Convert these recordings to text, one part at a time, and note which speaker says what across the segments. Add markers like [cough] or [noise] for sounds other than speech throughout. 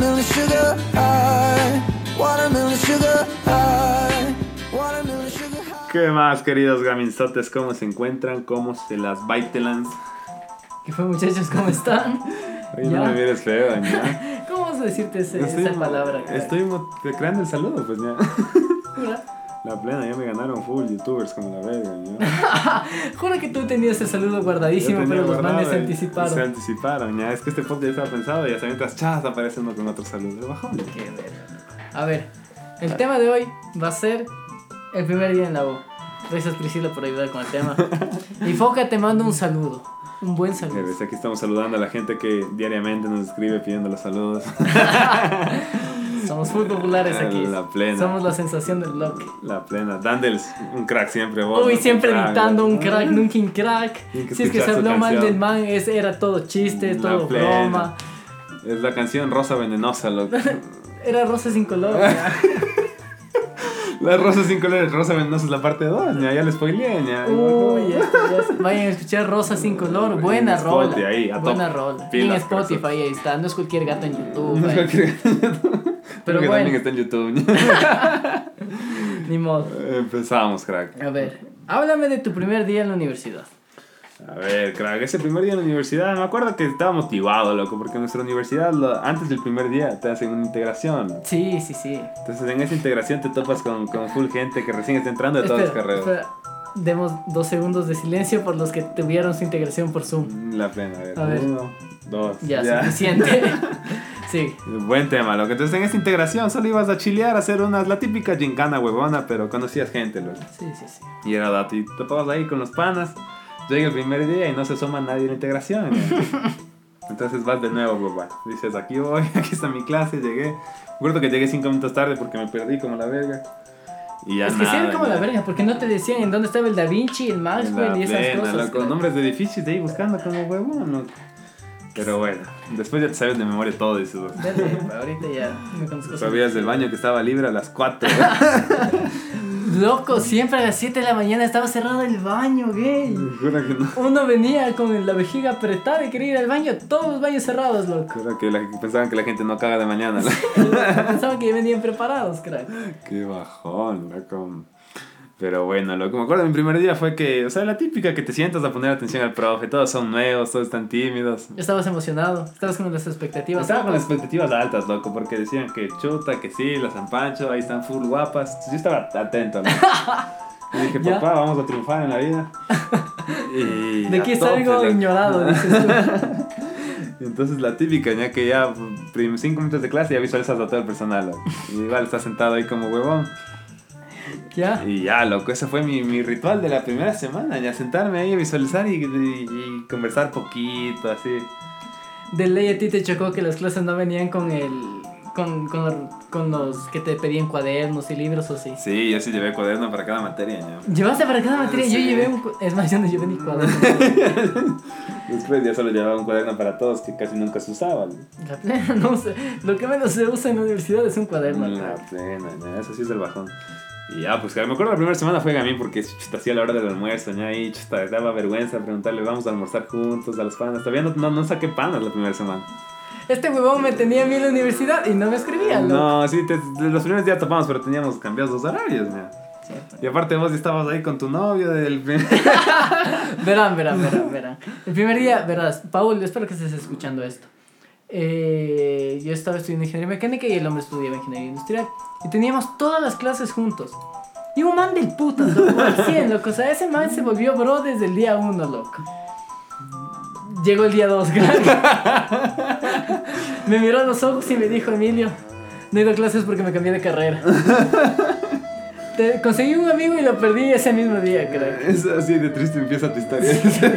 Speaker 1: sugar high, watermelon sugar high, watermelon sugar high.
Speaker 2: ¿Qué más, queridos gaminzotes? ¿Cómo se encuentran? ¿Cómo se las baitelans?
Speaker 3: ¿Qué fue muchachos? ¿Cómo están?
Speaker 2: Oye, no
Speaker 3: Ya.
Speaker 2: me mires feo, ya.
Speaker 3: ¿Cómo vas a decirte ese-
Speaker 2: Estoy
Speaker 3: esa
Speaker 2: mo-
Speaker 3: palabra? cara?
Speaker 2: Estoy mo- creando el saludo, pues ya.
Speaker 3: Jura-
Speaker 2: La plena, ya me ganaron full youtubers como la verga, ya.
Speaker 3: [laughs] Jura que tú tenías ese saludo
Speaker 2: Yo
Speaker 3: guardadísimo,
Speaker 2: tenía
Speaker 3: pero los
Speaker 2: guardado
Speaker 3: manes se
Speaker 2: y-
Speaker 3: anticiparon.
Speaker 2: Se anticiparon, ya. Es que este podcast ya estaba pensado y hasta mientras chas aparece uno con otro saludo. Bajón.
Speaker 3: Qué verga. A ver, el tema de hoy va a ser el primer día en la U. Gracias Priscila por ayudar con el
Speaker 2: [laughs]
Speaker 3: tema. Y Foca te manda un saludo. Un buen
Speaker 2: Ya
Speaker 3: saludo.
Speaker 2: ves, aquí estamos saludando a la gente que diariamente nos escribe pidiendo los saludos. [laughs]
Speaker 3: Somos muy populares aquí.
Speaker 2: La plena.
Speaker 3: Somos la sensación del bloque.
Speaker 2: La plena. Dandels, un crack siempre, vos.
Speaker 3: Uy,
Speaker 2: ¿no? Ah,
Speaker 3: siempre
Speaker 2: Un crack,
Speaker 3: editando un
Speaker 2: ¿no?
Speaker 3: crack, nunca un crack.
Speaker 2: Tienen que
Speaker 3: Si es que
Speaker 2: escuchar
Speaker 3: se
Speaker 2: su
Speaker 3: habló mal
Speaker 2: canción.
Speaker 3: del man, es, era todo chiste,
Speaker 2: La
Speaker 3: todo
Speaker 2: plena.
Speaker 3: broma.
Speaker 2: Es la canción Rosa Venenosa,
Speaker 3: [laughs]
Speaker 2: loco.
Speaker 3: Era rosa sin
Speaker 2: [laughs]
Speaker 3: color. ya.
Speaker 2: La Rosa sin colores, Rosa Venenosa es la parte 2, ya, ya les spoileé, ya.
Speaker 3: Uy, ya, ya. Vayan a escuchar Rosa sin color.
Speaker 2: En
Speaker 3: Buena
Speaker 2: Spotify,
Speaker 3: rola.
Speaker 2: ahí, a
Speaker 3: buena
Speaker 2: tope.
Speaker 3: rola. Y en
Speaker 2: Pilas,
Speaker 3: Spotify
Speaker 2: corazón.
Speaker 3: ahí está. No es cualquier gato en YouTube.
Speaker 2: No es
Speaker 3: ahí.
Speaker 2: [laughs] cualquier-
Speaker 3: Pero
Speaker 2: que
Speaker 3: bueno,
Speaker 2: también está en YouTube.
Speaker 3: ni modo.
Speaker 2: [laughs] Empezamos, crack.
Speaker 3: A ver, háblame de tu primer día en la universidad.
Speaker 2: A ver, crack, ese primer día en la universidad, me acuerdo que estaba motivado, loco, porque en nuestra universidad, lo- antes del primer día, te hacen una integración.
Speaker 3: Sí, sí, sí.
Speaker 2: Entonces, en esa integración te topas con, con full gente que recién está entrando de todas las
Speaker 3: Espera,
Speaker 2: carreras.
Speaker 3: espera. Demos dos segundos de silencio por los que tuvieron su integración por Zoom.
Speaker 2: La plena, a ver.
Speaker 3: A ver.
Speaker 2: Uno, dos,
Speaker 3: Ya,
Speaker 2: [laughs]
Speaker 3: suficiente. sí.
Speaker 2: Buen tema, loco. Entonces, en esa integración solo ibas a chilear, a hacer unas, la típica gincana huevona, pero conocías gente, loco.
Speaker 3: Sí, sí, sí.
Speaker 2: Y era dato, y topabas ahí con los panas. Llega el primer día y no se asoma nadie en la integración.
Speaker 3: [laughs]
Speaker 2: ¿no? Entonces vas de nuevo, papá. Dices, aquí voy, [laughs] aquí está mi clase, llegué. Recuerdo que llegué cinco minutos tarde porque me perdí como la verga. Y ya
Speaker 3: es que sí
Speaker 2: nada,
Speaker 3: era como
Speaker 2: ya.
Speaker 3: la verga, porque no te decían en dónde estaba el Da Vinci, el Maxwell
Speaker 2: La
Speaker 3: y esas
Speaker 2: plena,
Speaker 3: cosas.
Speaker 2: loco, nombres de edificios de ahí buscando como huevón, loco. Pero bueno, después ya te sabes de memoria todo, dices. loco.
Speaker 3: Dale, pa, ahorita ya me conozco.
Speaker 2: Sabías del baño que estaba libre a las [laughs]
Speaker 3: [laughs]
Speaker 2: 4.
Speaker 3: Loco, siempre a las 7 de la mañana estaba cerrado el baño, gay.
Speaker 2: Juro que no.
Speaker 3: Uno venía con la vejiga apretada y quería ir al baño, todos los baños cerrados, loco. [laughs]
Speaker 2: Juro que la- pensaban que la gente no caga de mañana. ¿no?
Speaker 3: Pensaban que ya venían preparados, crack.
Speaker 2: Qué bajón, loco. Pero bueno, lo que me acuerdo de mi primer día fue que, o sea, la típica que te sientas a poner atención al profe, todos son nuevos, todos están tímidos.
Speaker 3: Estabas emocionado, estabas con las expectativas.
Speaker 2: Estaba con las expectativas altas, loco, porque decían que chuta, que sí, la San Pancho, ahí están full guapas. Yo estaba
Speaker 3: [laughs]
Speaker 2: atento, loco. Y dije,
Speaker 3: Ya.
Speaker 2: papá, vamos a triunfar en la
Speaker 3: [laughs]
Speaker 2: vida. Y
Speaker 3: De
Speaker 2: a
Speaker 3: aquí
Speaker 2: tope,
Speaker 3: salgo
Speaker 2: loco. [laughs]
Speaker 3: ignorado, dices tú.
Speaker 2: Entonces la típica, ya que ya prim- cinco minutos de clase ya visualizas a todo el personal. loco. Y igual estás sentado ahí como huevón.
Speaker 3: Ya.
Speaker 2: Y ya, loco, ese fue mi, mi ritual de la primera semana, ya sentarme ahí a visualizar y, y- y conversar poquito, así.
Speaker 3: De ley a ti te chocó que las clases no venían con el. Con, con, los- con los que te pedían cuadernos y libros o así.
Speaker 2: Sí, yo sí llevé cuaderno para cada materia, ya.
Speaker 3: Llevaste para cada materia, yo
Speaker 2: Sí.
Speaker 3: llevé un. cu- Es más, yo no llevé ni cuaderno.
Speaker 2: Después ya solo llevaba un cuaderno para todos que casi nunca se usaba. ¿no?
Speaker 3: La plena, [laughs] no sé. Lo que menos se usa en la universidad es un cuaderno.
Speaker 2: La plena, ya, eso sí es del bajón. Y ya, pues claro, me acuerdo la primera semana fue a mí porque chuta, hacía la hora del almuerzo, ya, y chuta, daba vergüenza preguntarle, vamos a almorzar juntos a los panas. Todavía no, no, no saqué panas la primera semana.
Speaker 3: Este huevón me tenía a mí en la universidad y no me escribía, loco.
Speaker 2: No, sí, te- los primeros días topamos, pero teníamos cambiados los horarios, ya.
Speaker 3: Cierto.
Speaker 2: Y aparte vos estabas ahí con tu novio del primer... [laughs]
Speaker 3: Verán, verán, verán, verán. El primer día, verás, Paul, yo espero que estés escuchando esto. Eh, yo estaba estudiando ingeniería mecánica y el hombre estudiaba ingeniería industrial. Y teníamos todas las clases juntos. Y un man del putas, loco, [laughs] al 100, loco. O sea, ese man se volvió bro desde el día 1, loco. Llegó el día [laughs] 2, Me miró a los ojos y me dijo, Emilio, no he ido a clases porque me cambié de carrera. Te- conseguí un amigo y lo perdí ese mismo día, crack.
Speaker 2: Es así de triste empieza tu historia. [laughs]
Speaker 3: Desde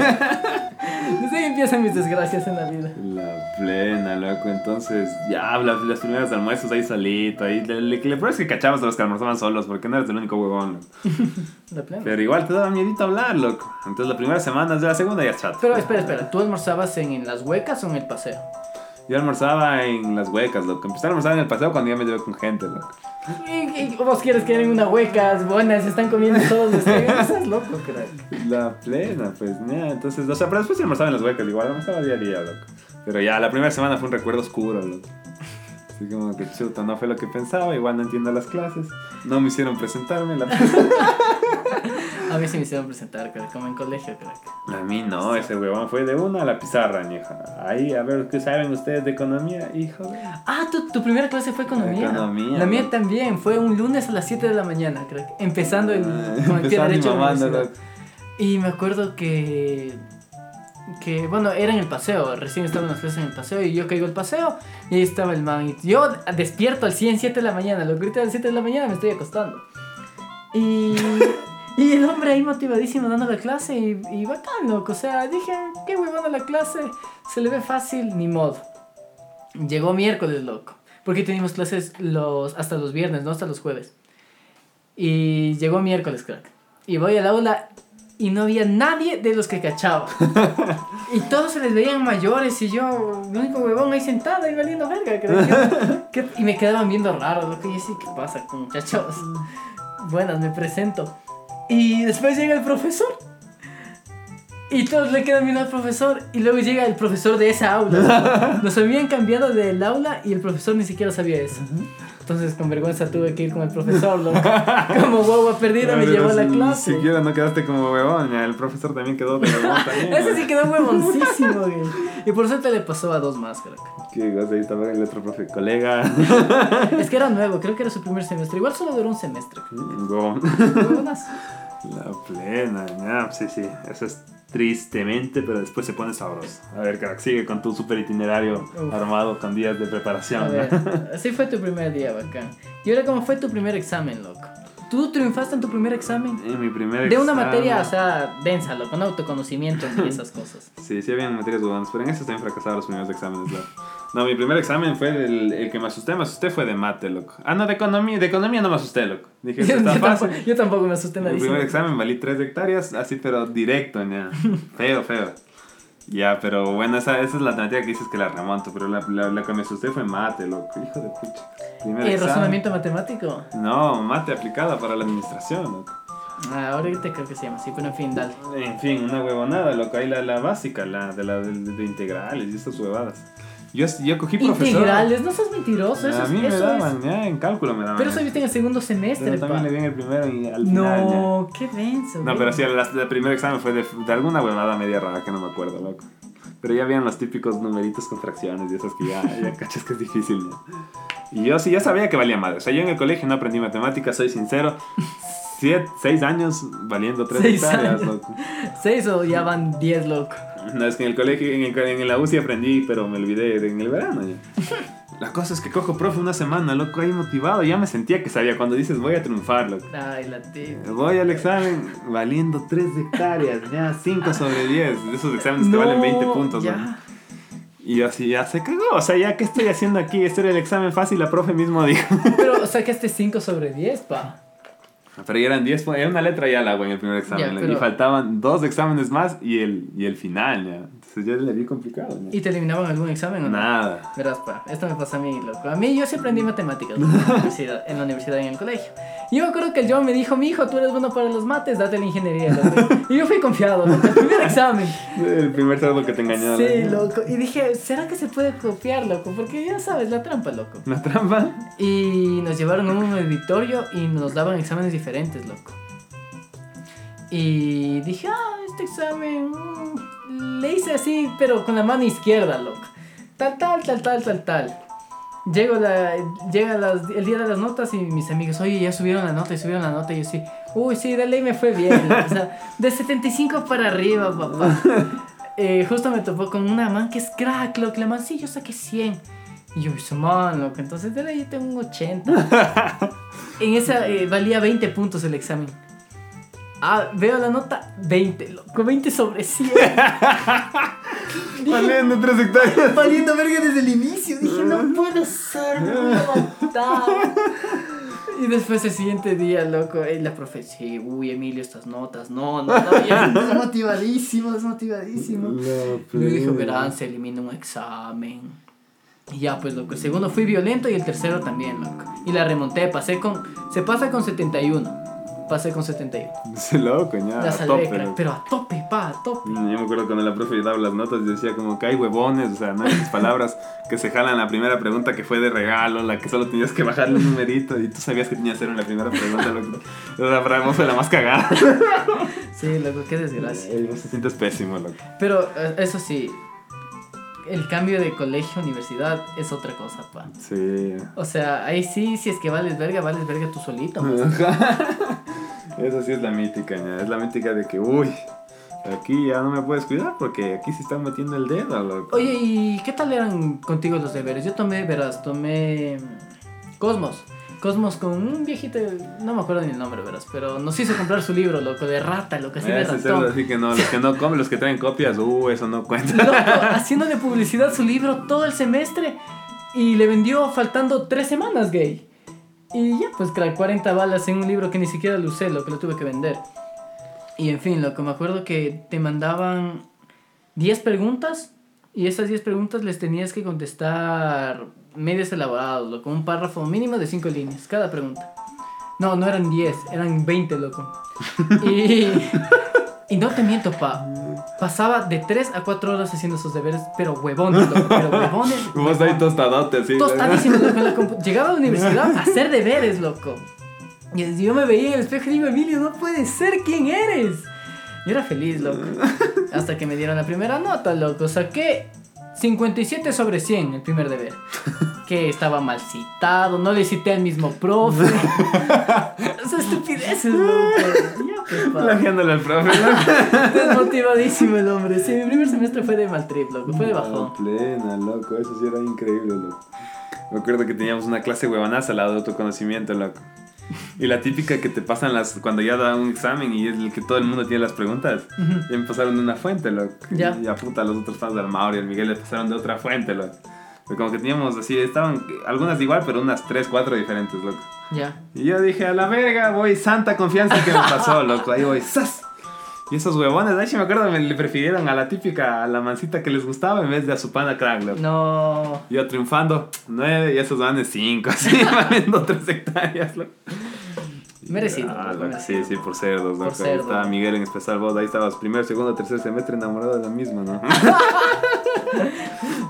Speaker 3: Pues ahí empiezan mis desgracias en la vida.
Speaker 2: La plena, loco. Entonces, ya, las, las primeras almuerzos ahí solito. Ahí, le, le, le- pero es que cachabas a los que almorzaban solos porque no eres el único huevón. loco.
Speaker 3: De plano. Pero,
Speaker 2: Pero igual te daba miedito hablar, loco. Entonces, la primera semana, ya la segunda ya es chato.
Speaker 3: espera, espera, ¿tú almorzabas en, en las huecas o en el paseo?
Speaker 2: Yo almorzaba en las huecas, loco. Empecé a almorzar en el paseo cuando ya me llevé con gente, loco.
Speaker 3: ¿Y, y vos quieres que en una huecas buenas se están comiendo todos los días? [laughs] Estás loco, crack.
Speaker 2: La plena, pues, ya. Entonces, o sea, pero después sí almorzaba en las huecas, igual almorzaba día a día, loco. Pero ya, la primera semana fue un recuerdo oscuro, loco. Así como que chuta, no fue lo que pensaba, igual no entiendo las clases. No me hicieron presentarme. La... [laughs]
Speaker 3: A mí sí me hicieron presentar, crack, como en colegio, crack.
Speaker 2: A mí no, ese huevón fue de una a la pizarra, vieja. Ahí, a ver, ¿qué saben ustedes de economía, hijo? de-
Speaker 3: Ah, tu, tu primera clase fue economía.
Speaker 2: Economía,
Speaker 3: La mía
Speaker 2: bro.
Speaker 3: también, fue un lunes a las 7 de la mañana, crack. Empezando el,
Speaker 2: Ah,
Speaker 3: con el pie
Speaker 2: empezaba mi
Speaker 3: derecho de la
Speaker 2: mamá,
Speaker 3: universidad.
Speaker 2: ¿no?
Speaker 3: Y me acuerdo que. Que bueno, era en el paseo, recién estaban las clases en el paseo y yo caigo al paseo y ahí estaba el man. Y yo despierto al 100, 7 de la mañana, lo grito a las 7 de la mañana, me estoy acostando. Y, y el hombre ahí motivadísimo dando la clase y, y bacán, loco. O sea, dije, qué huevona la clase, se le ve fácil, ni modo. Llegó miércoles, loco, porque teníamos clases los, hasta los viernes, no hasta los jueves. Y llegó miércoles, crack. Y voy al aula y no había nadie de los que cachaba. y todos se les veían mayores y yo, el único huevón ahí sentado, ahí valiendo verga. crack. Yo, ¿qué? Y me quedaban viendo raro, loco. Y yo, sí, ¿qué pasa con muchachos? Buenas, me presento. Y después llega el profesor. Y todos le quedan viendo al profesor. Y luego llega el profesor de esa aula. Nos habían cambiado del aula y el profesor ni siquiera sabía eso. Entonces, con vergüenza tuve que ir con el profesor, loco. Como guagua perdida me
Speaker 2: Pero
Speaker 3: llevó a la
Speaker 2: si-
Speaker 3: clase.
Speaker 2: Siquiera no quedaste como huevón, ya, el profesor también quedó de huevón también.
Speaker 3: [laughs] Ese
Speaker 2: ¿no?
Speaker 3: sí quedó [laughs] huevoncísimo, güey. Y por suerte le pasó a dos más, crack.
Speaker 2: Qué cosa, ahí estaba el otro profe, colega. [laughs]
Speaker 3: Es que era nuevo, creo que era su primer semestre. Igual solo duró un semestre.
Speaker 2: Huevón.
Speaker 3: [laughs] Huevonas.
Speaker 2: La plena, ya, sí, sí. Eso es tristemente, pero después se pone sabroso. A ver, crack, sigue con tu super itinerario
Speaker 3: Uf.
Speaker 2: armado con días de
Speaker 3: A
Speaker 2: preparación.
Speaker 3: ver,
Speaker 2: ¿no?
Speaker 3: así fue tu primer día, bacán. ¿Y ahora cómo fue tu primer examen, loco? ¿Tú triunfaste en tu primer examen?
Speaker 2: [laughs] En mi primer
Speaker 3: De una
Speaker 2: examen-
Speaker 3: materia, o sea, densa, loco, no autoconocimiento ni
Speaker 2: [laughs]
Speaker 3: esas cosas.
Speaker 2: Sí, sí habían materias dudadas, pero en esas también fracasaba los primeros exámenes, loco. No, mi primer examen fue el, el que me asusté, me asusté fue de mate, loco. Ah, no, de economía, de economía no me asusté, loco. Dije,
Speaker 3: [laughs] Yo,
Speaker 2: "Esto está
Speaker 3: tampoco,
Speaker 2: fácil.
Speaker 3: yo tampoco me asusté
Speaker 2: Mi primer
Speaker 3: nadie.
Speaker 2: examen valí 3 hectáreas, así pero directo,
Speaker 3: [laughs]
Speaker 2: ya. Feo, feo. Ya, pero bueno, esa, esa es la temática que dices que la remonto, pero la, la, la que me asusté fue mate, loco, hijo de pucha. Primer examen.
Speaker 3: ¿Y Eh, razonamiento matemático?
Speaker 2: No, mate aplicada para la administración, loco.
Speaker 3: Ah, ahorita creo que se llama así, pero en fin, dale.
Speaker 2: En fin, una huevonada, loco, ahí la, la básica, la de, la de, de integrales y estas huevadas. Yo, yo cogí profesor.
Speaker 3: Integrales, no seas mentiroso, eso,
Speaker 2: A
Speaker 3: es-
Speaker 2: mí me
Speaker 3: eso es.
Speaker 2: daban, ya, en cálculo me daban.
Speaker 3: Pero eso viste en el segundo semestre,
Speaker 2: Pero
Speaker 3: pa.
Speaker 2: también le vi en el primero y al final, ya.
Speaker 3: No, qué denso.
Speaker 2: No,
Speaker 3: güey.
Speaker 2: pero sí, el, el primer examen fue de, de alguna huevada media rara que no me acuerdo, loco. Pero ya habían los típicos numeritos con fracciones y esas que ya, ya cachas que es difícil, ¿no? Y yo sí, ya sabía que valía madre. O sea, yo en el colegio no aprendí matemáticas, soy sincero. Siete, seis años valiendo tres
Speaker 3: Seis
Speaker 2: hectáreas,
Speaker 3: años.
Speaker 2: loco.
Speaker 3: Seis o ya van diez, loco.
Speaker 2: No, es que en el colegio, en, el co- en la UCI aprendí, pero me olvidé de- en el verano ya. La cosa es que cojo profe una semana, loco, ahí motivado. Ya me sentía que sabía cuando dices voy a triunfar, loco.
Speaker 3: Ay, la tía.
Speaker 2: Voy al examen valiendo 3 hectáreas, ya 5 sobre 10. De esos exámenes que valen 20 puntos,
Speaker 3: ya.
Speaker 2: ¿no? Y yo así ya se cagó. O sea, ya, ¿qué estoy haciendo aquí? Este era el examen fácil, la profe mismo dijo. [laughs]
Speaker 3: [laughs] Pero o sea, que este 5 sobre 10, pa.
Speaker 2: Pero ya eran 10, pu- era una letra ya al agua en el primer examen.
Speaker 3: Ya,
Speaker 2: ¿no? Y
Speaker 3: pero-
Speaker 2: faltaban dos exámenes más y el, y el final, ya. Entonces ya le vi complicado, ¿no?
Speaker 3: ¿Y te eliminaban algún examen o no?
Speaker 2: Nada.
Speaker 3: Verás, pa, esto me pasa a mí, loco. A mí yo siempre aprendí
Speaker 2: [laughs]
Speaker 3: matemáticas loco, en la universidad, en la universidad y en el colegio. Y yo me acuerdo que el John me dijo, mi hijo, tú eres bueno para los mates, date la ingeniería, loco. Y yo fui confiado, loco, el primer examen.
Speaker 2: El primer cerdo que te engañaron.
Speaker 3: Sí,
Speaker 2: ¿no?
Speaker 3: loco. Y dije, ¿será que se puede copiar, loco? Porque ya sabes, la trampa, loco.
Speaker 2: ¿La trampa?
Speaker 3: Y nos llevaron a un auditorio y nos daban exámenes diferentes, loco. Y dije, ah, este examen mm, le hice así, pero con la mano izquierda, loco. Tal, tal, tal, tal, tal, tal. Llego la, llega las- el día de las notas y mis amigos, oye, ya subieron la nota y subieron la nota. Y yo sí, uy, sí, de ley me fue bien. loco". O sea, de 75 para arriba, papá. Eh, justo me topó con una man que es crack, loco. La man, sí, yo saqué 100. Y yo, "Su man, loco, entonces de ley yo tengo un 80. en esa eh, valía 20 puntos el examen. Ah, veo la nota 20, loco, 20 sobre 100.
Speaker 2: Valiendo 3 hectáreas.
Speaker 3: [laughs] valiendo verga desde el inicio. Dije, no puede ser, me voy a matar. Y después el siguiente día, loco, eh, la profe, sí, uy, Emilio, estas notas, no, no, no, ya, desmotivadísimo, desmotivadísimo. Y yo dije,
Speaker 2: Mm.
Speaker 3: verán, se elimina un examen. Y ya, pues, loco, el segundo fui violento y el tercero también, loco. Y la remonté, pasé con, se pasa con 71. pasé con 71.
Speaker 2: Sí, [laughs] loco, ya.
Speaker 3: la
Speaker 2: Ah, a
Speaker 3: salvé,
Speaker 2: tope,
Speaker 3: crack,
Speaker 2: loco.
Speaker 3: pero a tope, pa, a tope.
Speaker 2: Mm, Yo me acuerdo cuando la profe daba las notas, yo decía como que hay huevones, o sea, no hay esas palabras que se jalan la primera pregunta que fue de regalo, la que solo tenías que bajarle un numerito y tú sabías que tenías cero en la primera pregunta. loco. O sea, para vos fue la más cagada.
Speaker 3: Sí, loco, qué desgracia.
Speaker 2: Eh, no se sientes pésimo, loco.
Speaker 3: Pero eh, eso sí, el cambio de colegio a universidad es otra cosa, pa.
Speaker 2: Sí. [laughs]
Speaker 3: O sea, ahí sí, si es que vales verga, vales verga tú solito. ma.
Speaker 2: Esa sí es la mítica, ña, es la mítica de que, uy, aquí ya no me puedes cuidar porque aquí se están metiendo el dedo, loco. Eh,
Speaker 3: Oye, ¿y qué tal eran contigo los deberes? Yo tomé, verás, tomé mm, Cosmos. Cosmos con un viejito, no me acuerdo ni el nombre, verás, pero nos hizo comprar su libro, loco, de rata, loco, así de
Speaker 2: Ese cerdo
Speaker 3: ratón.
Speaker 2: así que no, los que no comen, los que traen copias, uh, eso no cuenta.
Speaker 3: [laughs] Loco, haciéndole publicidad su libro todo el semestre y le vendió faltando tres semanas, gay. Y ya, pues, claro, 40 balas en un libro que ni siquiera lo usé, loco, lo tuve que vender. Y en fin, loco, me acuerdo que te mandaban 10 preguntas y esas 10 preguntas les tenías que contestar medios elaborados, loco, un párrafo mínimo de 5 líneas, cada pregunta. No, no eran 10, eran 20, loco. Y, [laughs] y no te miento, pa. Pasaba de 3 a 4 horas haciendo esos deberes, pero huevones, loco, pero huevones.
Speaker 2: Vos ahí tostadote, sí.
Speaker 3: Tostadísimo, loco. en
Speaker 2: [laughs]
Speaker 3: la compu- Llegaba a la universidad a hacer deberes, loco. Y así yo me veía en el espejo y digo, Emilio, no puede ser, ¿quién eres? Yo era feliz, loco.
Speaker 2: [laughs]
Speaker 3: Hasta que me dieron la primera nota, loco. Saqué 57 sobre 100 el primer deber.
Speaker 2: [laughs]
Speaker 3: Que estaba mal citado, no le cité al mismo
Speaker 2: [laughs]
Speaker 3: profe. o sea, estupideces, loco. Ya, pues, pa.
Speaker 2: Plagiándole al profe, loco.
Speaker 3: Desmotivadísimo el hombre. Sí, mi primer semestre fue de mal trip, loco. [laughs] Fue de bajón.
Speaker 2: No, plena, loco, eso sí era increíble, loco. Me acuerdo que teníamos una clase huevanaza al lado de autoconocimiento, loco. Y la típica que te pasan las cuando ya da un examen y es el que todo el mundo tiene las preguntas.
Speaker 3: Ujú.
Speaker 2: Ya me pasaron de una fuente, loco.
Speaker 3: Ya.
Speaker 2: Y a puta, los otros fans del Mauro y el Miguel les pasaron de otra fuente, loco. Pero como que teníamos así, estaban algunas igual, pero unas 3, 4 diferentes, loco.
Speaker 3: Ya.
Speaker 2: Y yo dije, a la verga, voy, santa confianza que me
Speaker 3: [laughs]
Speaker 2: pasó, loco. Ahí voy, ¡zas! Y esos huevones, ahí sí me acuerdo, me le prefirieron a la típica, a la mancita que les gustaba en vez de a su pana crack, loco.
Speaker 3: No.
Speaker 2: Yo triunfando, 9 y esos manes 5, [laughs] así, valiendo 3 hectáreas, loco.
Speaker 3: Merecido,
Speaker 2: Ah,
Speaker 3: pues,
Speaker 2: loco,
Speaker 3: merecido.
Speaker 2: sí, sí, por cerdos,
Speaker 3: Por
Speaker 2: loco. Ahí
Speaker 3: cerdo.
Speaker 2: estaba Miguel en especial vos, ahí estabas primero, segundo, tercer semestre enamorado de la misma,
Speaker 3: [laughs]
Speaker 2: ¿no?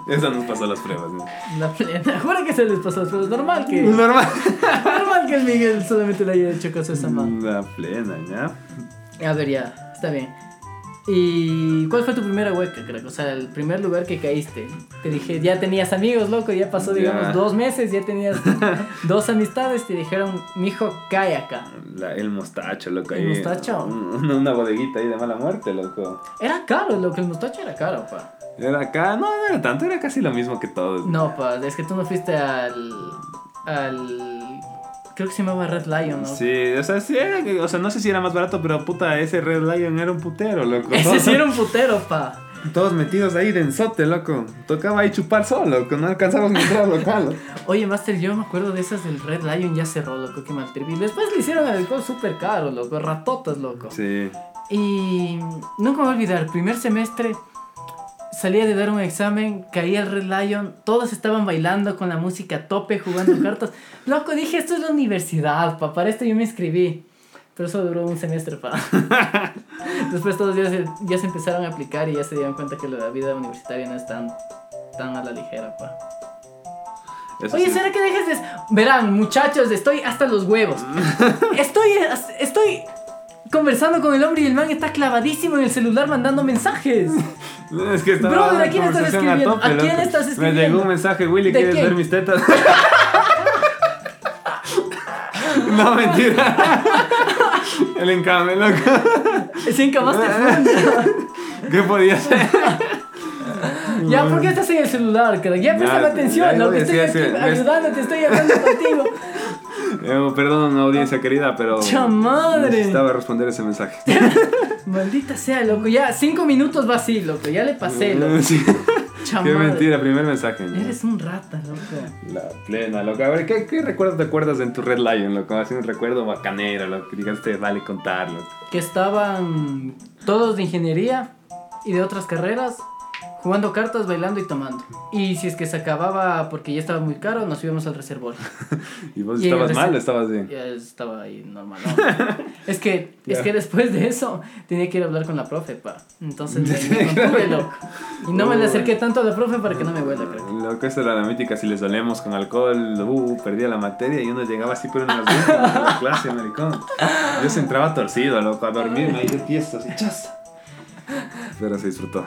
Speaker 2: Eso nos pasó las pruebas, ¿no?
Speaker 3: La plena. [laughs] Juro que se les pasó, pero es normal [laughs] que.
Speaker 2: Normal.
Speaker 3: normal que el Miguel solamente le haya hecho caso a esa mano.
Speaker 2: La plena, ¿ya?
Speaker 3: A ver, ya, está bien. ¿Y cuál fue tu primera hueca, crack? O sea, el primer lugar que caíste. Te dije, ya tenías amigos, loco, ya pasó,
Speaker 2: Ya.
Speaker 3: digamos, dos meses, ya
Speaker 2: [laughs]
Speaker 3: tenías dos amistades. Te dijeron, mijo, cae acá.
Speaker 2: La- el mostacho, loco.
Speaker 3: ¿El
Speaker 2: ahí,
Speaker 3: mostacho?
Speaker 2: un- una bodeguita ahí de mala muerte, loco.
Speaker 3: Era caro, loco, el mostacho era caro, pa.
Speaker 2: Era acá, no, no era tanto, era casi lo mismo que todos.
Speaker 3: No, pa, es que tú no fuiste al. al. Creo que se llamaba Red Lion, ¿no?
Speaker 2: Sí, o sea, sí era, o sea, no sé si era más barato, pero puta, ese Red Lion era un putero, loco.
Speaker 3: [laughs] Ese sí
Speaker 2: [laughs]
Speaker 3: era un putero, pa.
Speaker 2: Todos metidos ahí de enzote, loco. Tocaba ahí chupar sol, loco. No alcanzamos ni entrar al
Speaker 3: [laughs]
Speaker 2: local.
Speaker 3: Oye, Master, yo me acuerdo de esas del Red Lion, ya cerró, loco, que maltripi. Después le hicieron el alcohol súper caro, loco, ratotas, loco.
Speaker 2: Sí.
Speaker 3: Y nunca me voy a olvidar, primer semestre salía de dar un examen, caía el Red Lion, todos estaban bailando con la música a tope, jugando cartas. Loco, dije, esto es la universidad, pa, para esto yo me inscribí. Pero eso duró un semestre, pa. Después todos ya se, ya se empezaron a aplicar y ya se dieron cuenta que la vida universitaria no es tan, tan a la ligera, pa.
Speaker 2: Eso
Speaker 3: Oye,
Speaker 2: sí.
Speaker 3: ¿será que dejes de.? Verán, muchachos, estoy hasta los huevos.
Speaker 2: Mm.
Speaker 3: [laughs] Estoy. Estoy. Conversando con el hombre y el man está clavadísimo en el celular mandando mensajes.
Speaker 2: Es que estaba
Speaker 3: Brother, ¿a
Speaker 2: una
Speaker 3: quién estás
Speaker 2: conversación
Speaker 3: escribiendo? ¿A
Speaker 2: loco.
Speaker 3: quién estás escribiendo?
Speaker 2: Me llegó un mensaje, Willy,
Speaker 3: ¿De
Speaker 2: ¿quieres
Speaker 3: quién?
Speaker 2: ver mis
Speaker 3: [laughs]
Speaker 2: tetas? no, mentira. El encame, loco.
Speaker 3: Sin
Speaker 2: [laughs]
Speaker 3: más
Speaker 2: ¿Qué podía ser?
Speaker 3: Ya, ¿por qué estás en el celular, crack? Ya préstame
Speaker 2: Ya,
Speaker 3: atención,
Speaker 2: ya,
Speaker 3: lo que
Speaker 2: ya,
Speaker 3: estoy
Speaker 2: ya,
Speaker 3: aquí
Speaker 2: ya, ya.
Speaker 3: ayudándote, estoy
Speaker 2: [laughs]
Speaker 3: hablando contigo.
Speaker 2: Eh, perdón, audiencia querida, pero.
Speaker 3: ¡Cha madre!
Speaker 2: Necesitaba responder ese mensaje.
Speaker 3: Maldita sea, loco. Ya, cinco minutos va así, loco. Ya le pasé, loco.
Speaker 2: Sí. Mm. Qué
Speaker 3: Chamadre.
Speaker 2: mentira, primer mensaje. ¿no?
Speaker 3: Eres un rata, loco.
Speaker 2: La plena, loco. A ver, ¿qué, qué recuerdo te acuerdas en tu Red Lion, loco? Así un recuerdo bacanero, lo que digas, te vale contarlo.
Speaker 3: que estaban todos de ingeniería y de otras carreras jugando cartas, bailando y tomando. Y si es que se acababa porque ya estaba muy caro, nos íbamos
Speaker 2: [laughs]
Speaker 3: al reservorio.
Speaker 2: ¿Y vos
Speaker 3: Y en
Speaker 2: estabas
Speaker 3: el
Speaker 2: mal
Speaker 3: rece-
Speaker 2: o estabas bien?
Speaker 3: Ya estaba ahí normal. ¿no? es que es
Speaker 2: Ya.
Speaker 3: que después de eso tenía que ir a hablar con la profe, pa.
Speaker 2: [laughs]
Speaker 3: Entonces me, me
Speaker 2: Tenía que
Speaker 3: contuve,
Speaker 2: hablar.
Speaker 3: loco. Y no me le
Speaker 2: Uy.
Speaker 3: acerqué tanto a la profe para que no me vuelva, creo.
Speaker 2: Lo que esa era la mítica, si les dolemos con alcohol, uh, perdía la materia y uno llegaba así pero en las dos a
Speaker 3: [laughs]
Speaker 2: la clase, maricón. Yo se entraba torcido, loco, a dormirme ahí de tiesto, así, chas. Pero se disfrutó.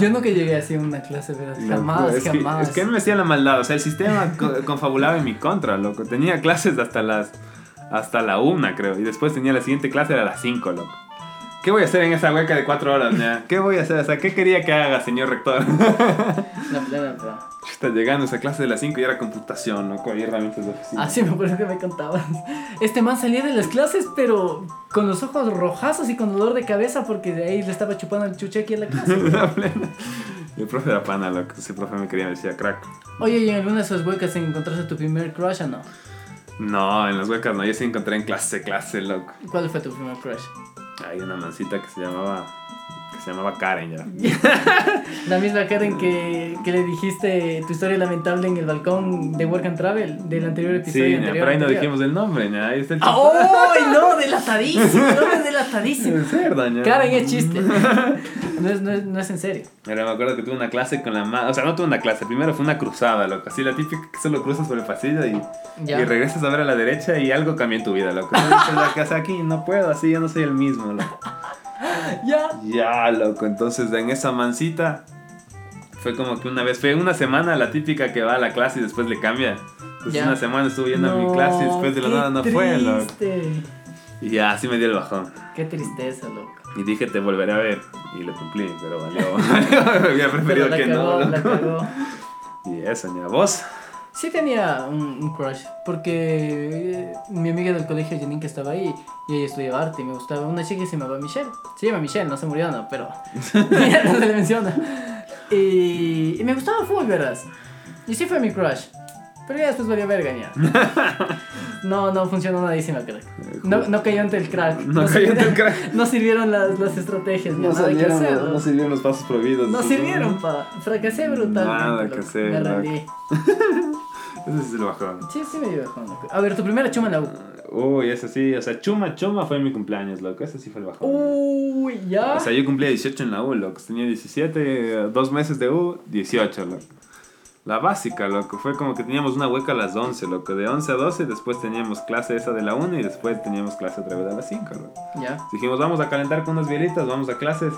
Speaker 3: Yo nunca llegué así a una clase, ¿verdad? [laughs] Jamás,
Speaker 2: Loco, es que-
Speaker 3: jamás.
Speaker 2: es que a mí me hacía la maldad, o sea, el sistema co- confabulaba en mi contra, loco. Tenía clases hasta las hasta la una, creo, y después tenía la siguiente clase a las 5, loco. ¿Qué voy a hacer en esa hueca de cuatro horas, nea? ¿Qué voy a hacer? O sea, ¿qué quería que haga, señor rector? [laughs]
Speaker 3: La plena, pa.
Speaker 2: Está llegando esa clase de las 5 y era computación, loco, y herramientas de oficina. [laughs]
Speaker 3: Así Ah, me acuerdo que me contabas. Este man salía de las clases, pero con los ojos rojazos y con dolor de cabeza porque de ahí le estaba chupando el chuche aquí en
Speaker 2: [laughs]
Speaker 3: la clase.
Speaker 2: La plena. Y El profe era pana, loco. Ese profe me quería, me decía crack.
Speaker 3: Oye, ¿y en alguna de esas huecas encontraste tu primer crush o no?
Speaker 2: No, en las huecas no, yo sí encontré en clase, clase, loco.
Speaker 3: ¿Cuál fue tu primer crush?
Speaker 2: Hay una mancita que se llamaba. que se llamaba Karen ya.
Speaker 3: La misma Karen que, que le dijiste tu historia lamentable en el balcón de Work and Travel del anterior
Speaker 2: Sí, ña,
Speaker 3: episodio. anterior,
Speaker 2: pero ahí no
Speaker 3: anterior.
Speaker 2: dijimos el nombre, ña, ahí está el
Speaker 3: ¡Ah, ¡Ay,
Speaker 2: [laughs]
Speaker 3: no! Delatadísimo, no es delatadísimo.
Speaker 2: Es cerdo, ña.
Speaker 3: Karen
Speaker 2: [laughs]
Speaker 3: es chiste. No es, no es, no es en serio.
Speaker 2: Pero me acuerdo que tuve una clase con la madre. O sea, no tuve una clase, primero fue una cruzada, loco. Así la típica que solo cruzas por el pasillo y,
Speaker 3: Ya.
Speaker 2: y regresas a ver a la derecha y algo cambió en tu vida, loco. Dices, la casa aquí, no puedo, así yo no soy el mismo, loco.
Speaker 3: Ya.
Speaker 2: Ya, loco, entonces en esa mancita fue como que una vez, fue una semana la típica que va a la clase y después le cambia. Entonces
Speaker 3: Ya.
Speaker 2: una semana estuve yendo a mi clase y después de la
Speaker 3: qué
Speaker 2: nada no fue, loco.
Speaker 3: triste.
Speaker 2: Y ya, así me dio el bajón.
Speaker 3: Qué tristeza, loco.
Speaker 2: Y dije, te volveré a ver. Y lo cumplí, pero valió. [laughs] Me hubiera preferido
Speaker 3: Pero la
Speaker 2: que
Speaker 3: cagó,
Speaker 2: no.
Speaker 3: la
Speaker 2: loco.
Speaker 3: cagó.
Speaker 2: Y eso, ni a vos.
Speaker 3: Sí tenía un, un crush, porque eh, mi amiga del colegio, Janine, que estaba ahí, y ella estudiaba arte, y me gustaba una chica que se llamaba Michelle. Se llama Michelle, no se murió, no,
Speaker 2: [laughs]
Speaker 3: pero [laughs] ya no se le menciona. Y, y me gustaba full, verás. Y sí fue mi crush, pero ya después valió verga,
Speaker 2: [laughs]
Speaker 3: ya. No, no funcionó nadísima, crack. No, [laughs] no cayó ante el crack.
Speaker 2: No cayó ante el
Speaker 3: sirvieron-
Speaker 2: crack.
Speaker 3: No sirvieron las, las estrategias, ya, nada que hacer.
Speaker 2: no sirvieron los pasos prohibidos.
Speaker 3: No sirvieron, pa. Fracasé brutalmente.
Speaker 2: Nada que
Speaker 3: loco.
Speaker 2: hacer,
Speaker 3: Me
Speaker 2: loco.
Speaker 3: rendí.
Speaker 2: Ese es el bajón.
Speaker 3: Sí, sí me dio bajón, loco. A ver, tu primera chuma en la U.
Speaker 2: Uy, ese sí, o sea, chuma, chuma fue mi cumpleaños, loco. Ese sí fue el bajón.
Speaker 3: Uh. Uy, ya.
Speaker 2: O sea, yo cumplía 18 en la U, loco. Tenía 17, eh, dos meses de U, 18, loco. La básica, loco. Fue como que teníamos una hueca a las 11, loco. De 11 a 12, después teníamos clase esa de la 1 y después teníamos clase otra vez a las 5, loco.
Speaker 3: Ya.
Speaker 2: Dijimos, vamos a calentar con unas bielitas, vamos a clases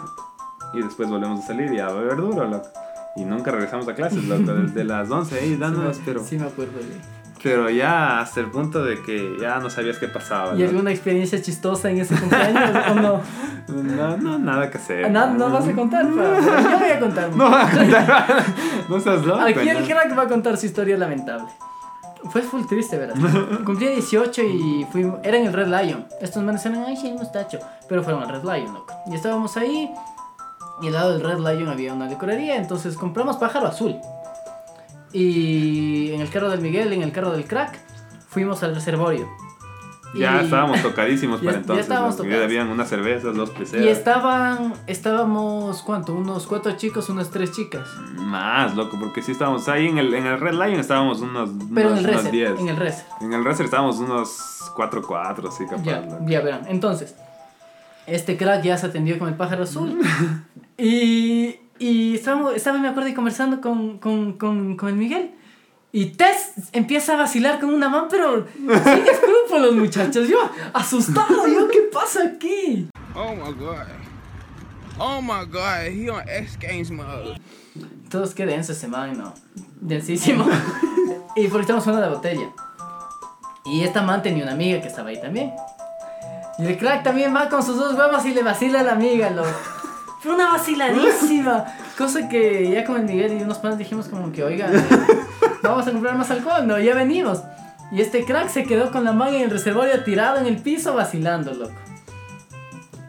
Speaker 2: y después volvemos a salir y a beber duro, loco. Y nunca regresamos a clases,
Speaker 3: [laughs]
Speaker 2: loco. Desde las 11 ahí dándonos,
Speaker 3: sí, me-
Speaker 2: pero,
Speaker 3: Sí, me acuerdo. güey.
Speaker 2: pero ya hasta el punto de que ya no sabías qué pasaba.
Speaker 3: ¿Y
Speaker 2: loco.
Speaker 3: alguna experiencia chistosa en ese cumpleaños
Speaker 2: [laughs]
Speaker 3: o no?
Speaker 2: No, no, nada que hacer.
Speaker 3: No, no vas a contar, pa. Yo voy a contar.
Speaker 2: Eh, mm. [laughs] No vas a contar. No seas loco.
Speaker 3: Aquí el
Speaker 2: Ah, ¿no?
Speaker 3: crack va a contar su historia lamentable. Fue full triste,
Speaker 2: [laughs]
Speaker 3: ¿verdad? Cumplí 18 y fui, era en el Red Lion. Estos manes eran, ay, sí, mustacho. Pero fueron al Red Lion, loco. Y estábamos ahí. Y al lado del Red Lion había una licorería. Entonces compramos pájaro azul. Y en el carro del Miguel, en el carro del crack, fuimos al reservorio.
Speaker 2: Ya
Speaker 3: Y-
Speaker 2: estábamos tocadísimos
Speaker 3: Ya-
Speaker 2: para
Speaker 3: ya
Speaker 2: entonces.
Speaker 3: estábamos
Speaker 2: loco. Ya
Speaker 3: tocados.
Speaker 2: habían unas cervezas, dos
Speaker 3: Y
Speaker 2: peceras.
Speaker 3: estaban, estábamos, ¿cuánto? Unos cuatro chicos, unas tres chicas.
Speaker 2: Más, loco, porque sí estábamos ahí en el, en el Red Lion estábamos unos,
Speaker 3: Pero
Speaker 2: unos,
Speaker 3: en el
Speaker 2: unos
Speaker 3: Reser,
Speaker 2: 10.
Speaker 3: en el Reser.
Speaker 2: En el Racer estábamos unos 4-4, sí, capaz.
Speaker 3: Ya,
Speaker 2: loco.
Speaker 3: ya verán. Entonces, este crack ya se atendió con el pájaro azul. y y estábamos, estaba, me acuerdo, y conversando con, con, con, con el Miguel. Y Tess empieza a vacilar con una man, pero sin [laughs] escrúpulos, muchachos. Yo, asustado, yo, ¿qué pasa aquí?
Speaker 4: Oh my god. Oh my god, he on X Games mode.
Speaker 3: Todos qué denso ese man, ¿no? Densísimo. [laughs] y porque estamos jugando a la botella. Y esta man tenía una amiga que estaba ahí también. Y el crack también va con sus dos huevos y le vacila a la amiga, loco. Fue una vaciladísima. Cosa que ya con el Miguel y unos panes dijimos como que, oigan, eh, vamos a comprar más alcohol, no, ya venimos. Y este crack se quedó con la manga en el reservorio tirado en el piso vacilando, loco.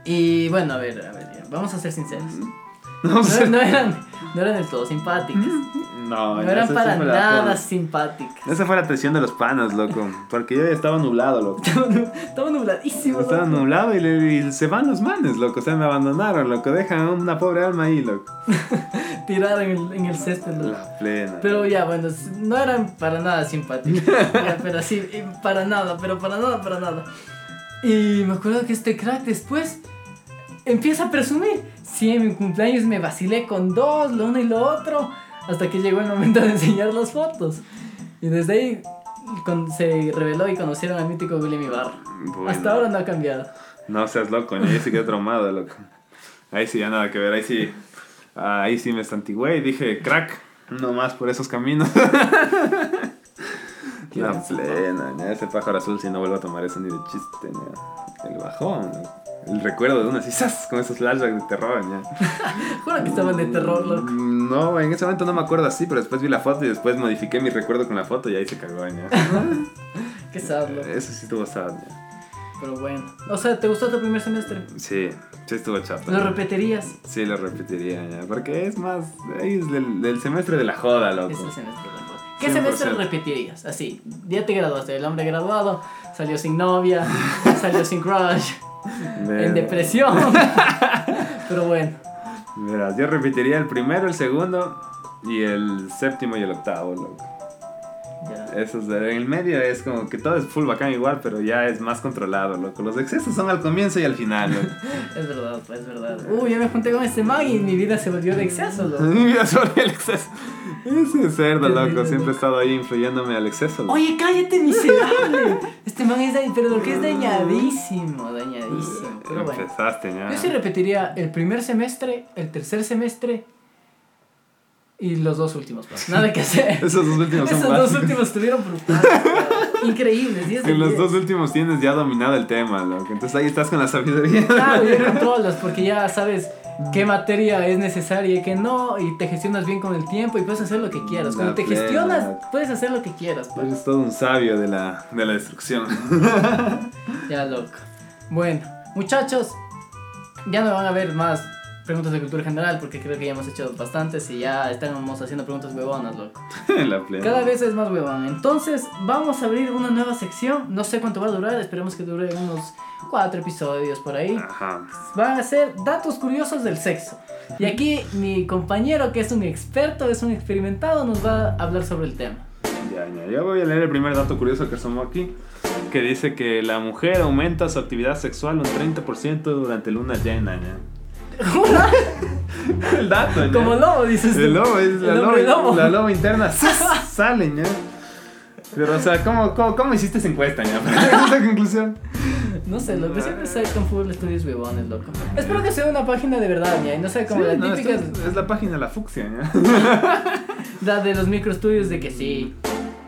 Speaker 3: Y bueno, a ver, a ver, ya, vamos a ser sinceros.
Speaker 2: [laughs] No, o sea,
Speaker 3: No, no eran, no eran del todo simpáticas.
Speaker 2: No,
Speaker 3: No
Speaker 2: esa
Speaker 3: eran
Speaker 2: sí
Speaker 3: para
Speaker 2: me la
Speaker 3: nada
Speaker 2: pongo. [laughs]
Speaker 3: simpáticas.
Speaker 2: Esa fue la traición de los panas, loco. Porque yo ya estaba nublado, loco.
Speaker 3: Estaba nubladísimo.
Speaker 2: Estaba nublado y, le- y se van los manes, loco. O sea, me abandonaron, loco. Dejan a una pobre alma ahí, loco.
Speaker 3: Tirado en el, en el césped. ¿no?
Speaker 2: La plena.
Speaker 3: Pero ya, bueno, s- no eran para nada
Speaker 2: [laughs]
Speaker 3: simpáticos. Ya, pero sí, y para nada, pero para nada, para nada. Y me acuerdo que este crack después empieza a presumir. Sí, en mi cumpleaños me vacilé con dos, lo uno y lo otro. Hasta que llegó el momento de enseñar las fotos. Y desde ahí con- se reveló y conocieron al mítico William Ibarra.
Speaker 2: Bueno.
Speaker 3: Hasta ahora no ha cambiado. [laughs]
Speaker 2: No seas loco, ¿no? yo sí quedé traumado, loco. Ahí sí, ya nada que ver, ahí sí. ah, Ahí sí me estantigüé y dije, crack, no más por esos
Speaker 3: [laughs]
Speaker 2: caminos.
Speaker 3: Qué
Speaker 2: La
Speaker 3: buen sitio.
Speaker 2: plena, ¿no? ese pájaro azul si no vuelvo a tomar eso ni de chiste, ¿no? El bajón, ¿no? el recuerdo de uno así, ¡zas! con esos flashbacks de terror, ¿no?
Speaker 3: Juro que estaban de terror, loco.
Speaker 2: No, en ese momento no me acuerdo así, pero después vi la foto y después modifiqué mi recuerdo con la foto y ahí se cagó, ¿no?
Speaker 3: Qué [laughs] sad, loco.
Speaker 2: Eso sí estuvo sad, ¿no?
Speaker 3: Pero bueno. O sea, ¿te gustó tu primer semestre?
Speaker 2: Sí, sí estuvo chato.
Speaker 3: ¿Lo repetirías?
Speaker 2: Sí, lo repetiría, ya, porque es más, ahí es del, del semestre de la joda, loco.
Speaker 3: Es el Este semestre de la joda. ¿Qué
Speaker 2: 100%.
Speaker 3: semestre repetirías? Así, ya te graduaste, el hombre graduado, salió sin novia, [laughs] salió sin crush, en
Speaker 2: Verás,
Speaker 3: depresión. [laughs] Pero bueno,
Speaker 2: verás, yo repetiría el primero, el segundo y el séptimo y el octavo, loco.
Speaker 3: ya.
Speaker 2: Eso es, en el medio es como que todo es full bacán igual, pero ya es más controlado, loco. Los excesos son al comienzo y al final,
Speaker 3: [laughs]
Speaker 2: loco. [laughs]
Speaker 3: Es verdad, pues, es verdad. Uy, yo me junté con este man y mi vida se volvió de exceso, loco.
Speaker 2: Mi vida sobre el exceso. Ese cerdo,
Speaker 3: Qué
Speaker 2: loco,
Speaker 3: lindo,
Speaker 2: siempre
Speaker 3: loco.
Speaker 2: he estado ahí influyéndome al exceso. loco.
Speaker 3: Oye, cállate, miserable. Este man es, da- pero que es dañadísimo, dañadísimo. Pero bueno.
Speaker 2: Empezaste, ya.
Speaker 3: Yo sí repetiría el primer semestre, el tercer semestre y los dos últimos. pues. Nada que
Speaker 2: [laughs]
Speaker 3: hacer.
Speaker 2: Esos dos últimos son
Speaker 3: Esos
Speaker 2: básicos.
Speaker 3: dos últimos estuvieron brutales. güey. Increíbles. diez de
Speaker 2: En los
Speaker 3: diez.
Speaker 2: dos últimos tienes ya dominado el tema, loco. Entonces ahí estás con la sabiduría.
Speaker 3: Claro, Ah, ya controlas porque ya sabes qué materia es necesaria y qué no, y te gestionas bien con el tiempo y puedes hacer lo que quieras. Cuando
Speaker 2: La
Speaker 3: te
Speaker 2: plena.
Speaker 3: gestionas, puedes hacer lo que quieras. pues. pa.
Speaker 2: Eres todo un sabio de la, de la destrucción. [laughs]
Speaker 3: Ya loco. Bueno, muchachos, ya no van a ver más preguntas de cultura general porque creo que ya hemos hecho bastantes y ya estamos haciendo preguntas huevonas, loco.
Speaker 2: la plena.
Speaker 3: Cada vez es más huevón. Entonces, vamos a abrir una nueva sección. No sé cuánto va a durar, esperemos que dure unos cuatro episodios por ahí.
Speaker 2: Ajá.
Speaker 3: Van a ser datos curiosos del sexo. Y aquí mi compañero, que es un experto, es un experimentado, nos va a hablar sobre el tema.
Speaker 2: Ya, ya. Yo voy a leer el primer dato curioso que asomó aquí, que dice que la mujer aumenta su actividad sexual un 30% durante luna llena.
Speaker 3: [laughs]
Speaker 2: Ya. el dato, ya.
Speaker 3: Como lobo, dices. tú.
Speaker 2: El lobo, es la,
Speaker 3: El
Speaker 2: lobo,
Speaker 3: hombre lobo.
Speaker 2: la loba interna
Speaker 3: [laughs]
Speaker 2: ¡zas! sale, ya. Pero, o sea, ¿cómo, cómo, cómo hiciste esa encuesta, ya? Para llegar a esa conclusión.
Speaker 3: No sé, loco. Siempre se con fútbol estudios huevones, loco. Espero que sea una página de verdad, ya. Y no sea como
Speaker 2: Sí,
Speaker 3: la
Speaker 2: no, esto
Speaker 3: típica
Speaker 2: es, es la página La Fucsia,
Speaker 3: [laughs]
Speaker 2: ya.
Speaker 3: la de los microestudios de que sí.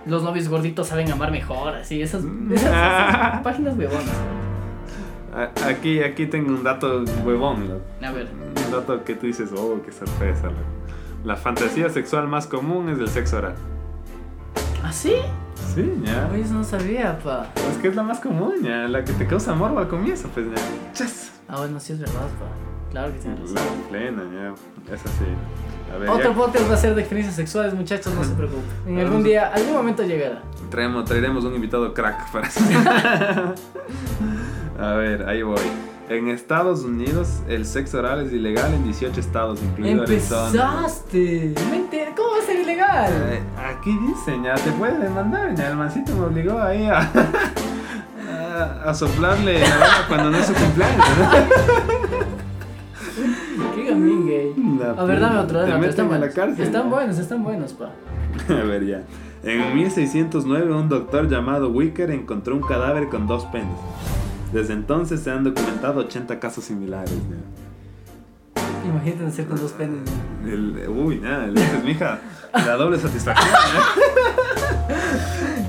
Speaker 3: Los novios gorditos saben amar mejor, así. Esas,
Speaker 2: Mm.
Speaker 3: esas-
Speaker 2: Ah.
Speaker 3: esas páginas huevonas.
Speaker 2: A- [laughs] Aquí, aquí tengo un dato huevón, loco.
Speaker 3: A ver.
Speaker 2: Un dato que tú dices, oh, qué sorpresa. loco. La fantasía sexual más común es el sexo oral.
Speaker 3: ¿Ah, sí?
Speaker 2: Sí, ya.
Speaker 3: Oye, Ah, eso no sabía, pa.
Speaker 2: Es que es la más común, ya. La que te causa morbo al comienzo, pues, ya. Chas.
Speaker 3: Ah, bueno, sí es verdad, pa. Claro que tienes razón.
Speaker 2: La plena, ya. Es así. A ver,
Speaker 3: Otro
Speaker 2: Mm, ya
Speaker 3: podcast va a ser de experiencias sexuales, muchachos, no se preocupen. En algún día, algún momento llegará.
Speaker 2: traemos, traeremos un invitado crack para [laughs] eso. A ver, ahí voy. En Estados Unidos, el sexo oral es ilegal en 18 estados, incluido Arizona.
Speaker 3: ¡Empezaste! No entiendo, ¿Cómo va a ser ilegal?
Speaker 2: Eh, Aquí dicen, ya te puedes demandar, ya el mancito me obligó ahí a, [laughs] a, a soplarle la vela cuando no es su cumpleaños.
Speaker 3: ¡Qué gamín gay!
Speaker 2: Mm, La
Speaker 3: A ver, dame
Speaker 2: puta,
Speaker 3: otro,
Speaker 2: te meten
Speaker 3: dame otro. Están
Speaker 2: a la
Speaker 3: buenos.
Speaker 2: cárcel,
Speaker 3: están
Speaker 2: ya.
Speaker 3: buenos, están buenos, pa.
Speaker 2: [laughs] A ver, ya. En 1609, un doctor llamado Wicker encontró un cadáver con dos penes. Desde entonces se han documentado 80 casos similares. ya.
Speaker 3: Imagínate hacer con dos penes. ¿no?
Speaker 2: El- uy, nada, le dices, mija, la doble satisfacción. ¿eh?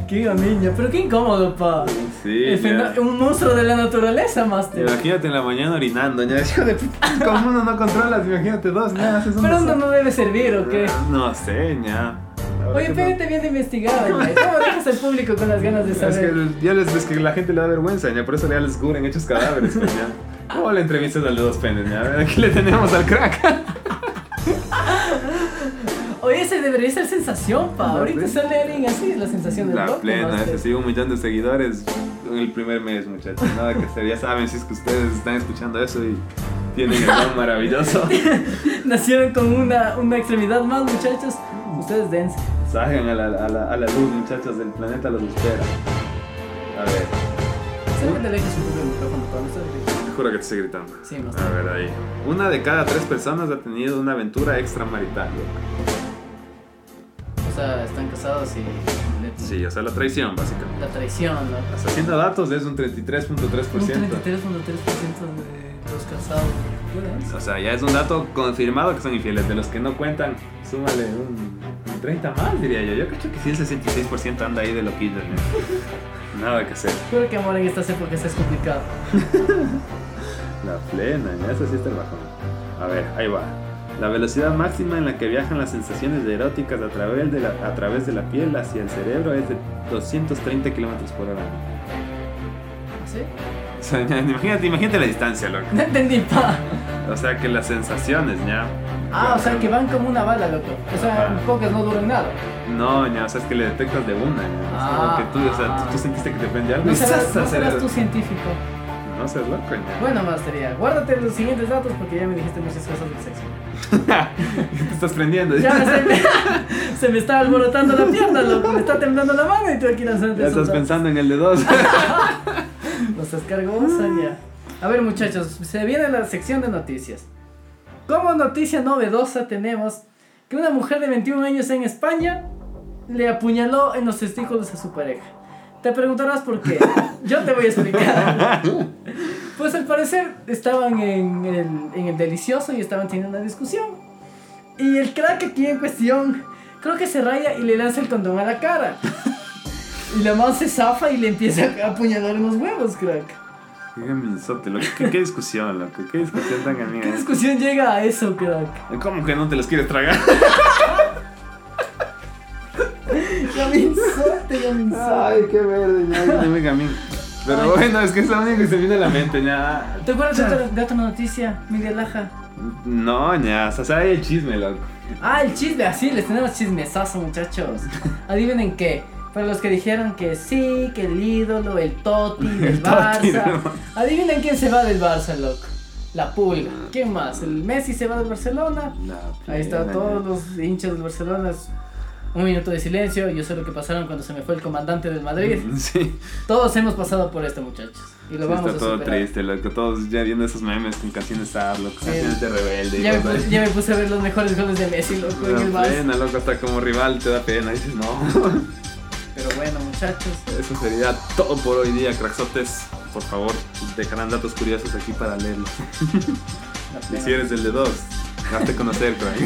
Speaker 3: ¡Qué gamín! ya, Pero qué incómodo, pa.
Speaker 2: [laughs] Sí,
Speaker 3: El
Speaker 2: ya.
Speaker 3: fenó- Un monstruo de la naturaleza, Master.
Speaker 2: Imagínate en la mañana orinando, ya. [laughs] Hijo de puta, como uno no controlas, imagínate dos, ya, haces un
Speaker 3: Pero uno
Speaker 2: desastre.
Speaker 3: no debe servir, ¿o qué?
Speaker 2: No sé, ña. La verdad que
Speaker 3: Oye, pégate bien de investigado, ya. ¿Cómo dejas al público con las ganas de
Speaker 2: no. Es
Speaker 3: saber?
Speaker 2: que ya les ves que la gente le da vergüenza, ña, por eso ya les cubren hechos cadáveres, pues, ña. ¿Cómo le entrevistas al de dos penes, ña? A ver, Aquí le tenemos al crack.
Speaker 3: Oye, ese debería ser sensación, pa.
Speaker 2: La
Speaker 3: Ahorita
Speaker 2: plena.
Speaker 3: sale alguien así, es la sensación del
Speaker 2: La
Speaker 3: bloque, ¿no?
Speaker 2: plena,
Speaker 3: Este-
Speaker 2: se sigue un millón de seguidores en el primer mes, muchachos. Nada que hacer, ya saben si es que ustedes están escuchando eso y tienen el don
Speaker 3: [laughs]
Speaker 2: maravilloso.
Speaker 3: Nacieron con una, una extremidad más, muchachos.
Speaker 2: Mm.
Speaker 3: Ustedes dense.
Speaker 2: Salgan a la, a la- a la luz, muchachos, del planeta los espera. A ver,
Speaker 3: ¿Será que te alejes un poco del micrófono para no estar gritando?
Speaker 2: te juro que te estoy gritando.
Speaker 3: Sí, más
Speaker 2: A ver ahí. Una de cada tres personas ha tenido una aventura extramarital.
Speaker 3: O sea, están casados y. le-
Speaker 2: Sí, o sea, la traición, básicamente.
Speaker 3: La traición, ¿no?
Speaker 2: Haciendo datos es un
Speaker 3: Un
Speaker 2: 33.3%.
Speaker 3: 33.3% de los casados.
Speaker 2: O sea, ya es un dato confirmado que son infieles. De los que no cuentan, súmale un, un 30 más, diría yo. Yo creo que sí, el 66% anda ahí de loquillo. ¿no? [laughs] Nada que hacer.
Speaker 3: Creo que amor en estas épocas es complicado.
Speaker 2: La plena, ya eso sí está el bajón. A ver, ahí va. La velocidad máxima en la que viajan las sensaciones eróticas a través de la, a través de la piel hacia el cerebro es de 230 kilómetros por hora.
Speaker 3: ¿Sí? [laughs]
Speaker 2: O sea, imagínate, imagínate la distancia, loco.
Speaker 3: No entendí, pa.
Speaker 2: O sea, que las sensaciones, ya.
Speaker 3: Ah, o sea, que van como una bala, loco. O sea,
Speaker 2: Ajá.
Speaker 3: pocas no duran nada.
Speaker 2: No, ña, o sea, es que le detectas de una, ña.
Speaker 3: Ah.
Speaker 2: Es como que tú, o sea, tú, tú sentiste que te prende algo
Speaker 3: No
Speaker 2: y
Speaker 3: serás,
Speaker 2: ¡zas!
Speaker 3: no
Speaker 2: hacer
Speaker 3: serás
Speaker 2: el-
Speaker 3: tú científico.
Speaker 2: No seas loco, ña.
Speaker 3: Bueno, Mastería, guárdate los siguientes datos porque ya me dijiste muchas cosas del sexo. [laughs]
Speaker 2: [laughs] te estás prendiendo. [laughs]
Speaker 3: Ya me se, se me está alborotando la pierna, loco. Me está temblando la mano y tú aquí lanzando
Speaker 2: Ya estás pensando en el de dos.
Speaker 3: Nos descargó Sonia. A ver, muchachos, se viene la sección de noticias. Como noticia novedosa tenemos que una mujer de 21 años en España le apuñaló en los testículos a su pareja. Te preguntarás por qué. Yo te voy a explicar. Pues al parecer estaban en el, en el delicioso y estaban teniendo una discusión. Y el crack aquí en cuestión creo que se raya y le lanza el condón a la cara. Y la man se zafa y le empieza a apuñalar en los huevos, crack.
Speaker 2: Qué minzote, loco. ¿Qué, qué discusión, loco. Qué discusión tan amiga.
Speaker 3: ¿Qué discusión llega a eso, crack?
Speaker 2: ¿Cómo que no te los quieres tragar?
Speaker 3: Ya me insulte, ya me insulte.
Speaker 2: qué verde, ña. No me camino. Pero
Speaker 3: Ay.
Speaker 2: bueno, es que es la única que se me viene a la mente, ña.
Speaker 3: ¿Te acuerdas de otra, de otra noticia, Miguel Aja?
Speaker 2: No, ña. O sea, sabe el chisme, loco.
Speaker 3: Ah, el chisme, así les tenemos chismesazo, muchachos. Adivinen qué. Para los que dijeron que sí, que el ídolo, el Toti del
Speaker 2: El Totti,
Speaker 3: Barça.
Speaker 2: ¿no?
Speaker 3: Adivinen quién se va del Barça, loco. La pulga. ¿Quién más? El Messi se va del Barcelona. Ahí está,
Speaker 2: [laughs]
Speaker 3: todos los hinchas del Barcelona. Un minuto de silencio. Yo sé lo que pasaron cuando se me fue el comandante del Madrid. [laughs]
Speaker 2: Sí.
Speaker 3: Todos hemos pasado por esto, muchachos. Y lo
Speaker 2: Sí,
Speaker 3: vamos
Speaker 2: está
Speaker 3: a
Speaker 2: todo
Speaker 3: superar.
Speaker 2: triste, loco. Todos ya viendo esos memes con canciones sad, loco, canciones de rebelde. y
Speaker 3: Ya me,
Speaker 2: cosas
Speaker 3: puse,
Speaker 2: así.
Speaker 3: ya me puse a ver los mejores goles de Messi, loco, en el
Speaker 2: Te da
Speaker 3: Barça.
Speaker 2: pena, loco, hasta como rival te da pena. Dices, no. [laughs]
Speaker 3: Pero bueno, muchachos.
Speaker 2: Eso sería todo por hoy día, craxotes. Por favor, dejarán datos curiosos aquí para leerlos.
Speaker 3: la
Speaker 2: Y
Speaker 3: plena.
Speaker 2: si eres el de dos, hazte conocer,
Speaker 3: [laughs]
Speaker 2: Craig.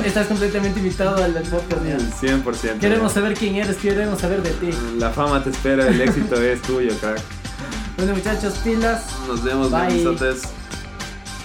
Speaker 3: Es- Estás completamente invitado al al podcast. ya.
Speaker 2: 100%.
Speaker 3: Queremos saber quién eres, queremos saber de ti.
Speaker 2: La fama te espera, el éxito es tuyo, crack.
Speaker 3: Bueno, muchachos, pilas.
Speaker 2: Nos vemos,
Speaker 3: Bye.
Speaker 2: craxotes.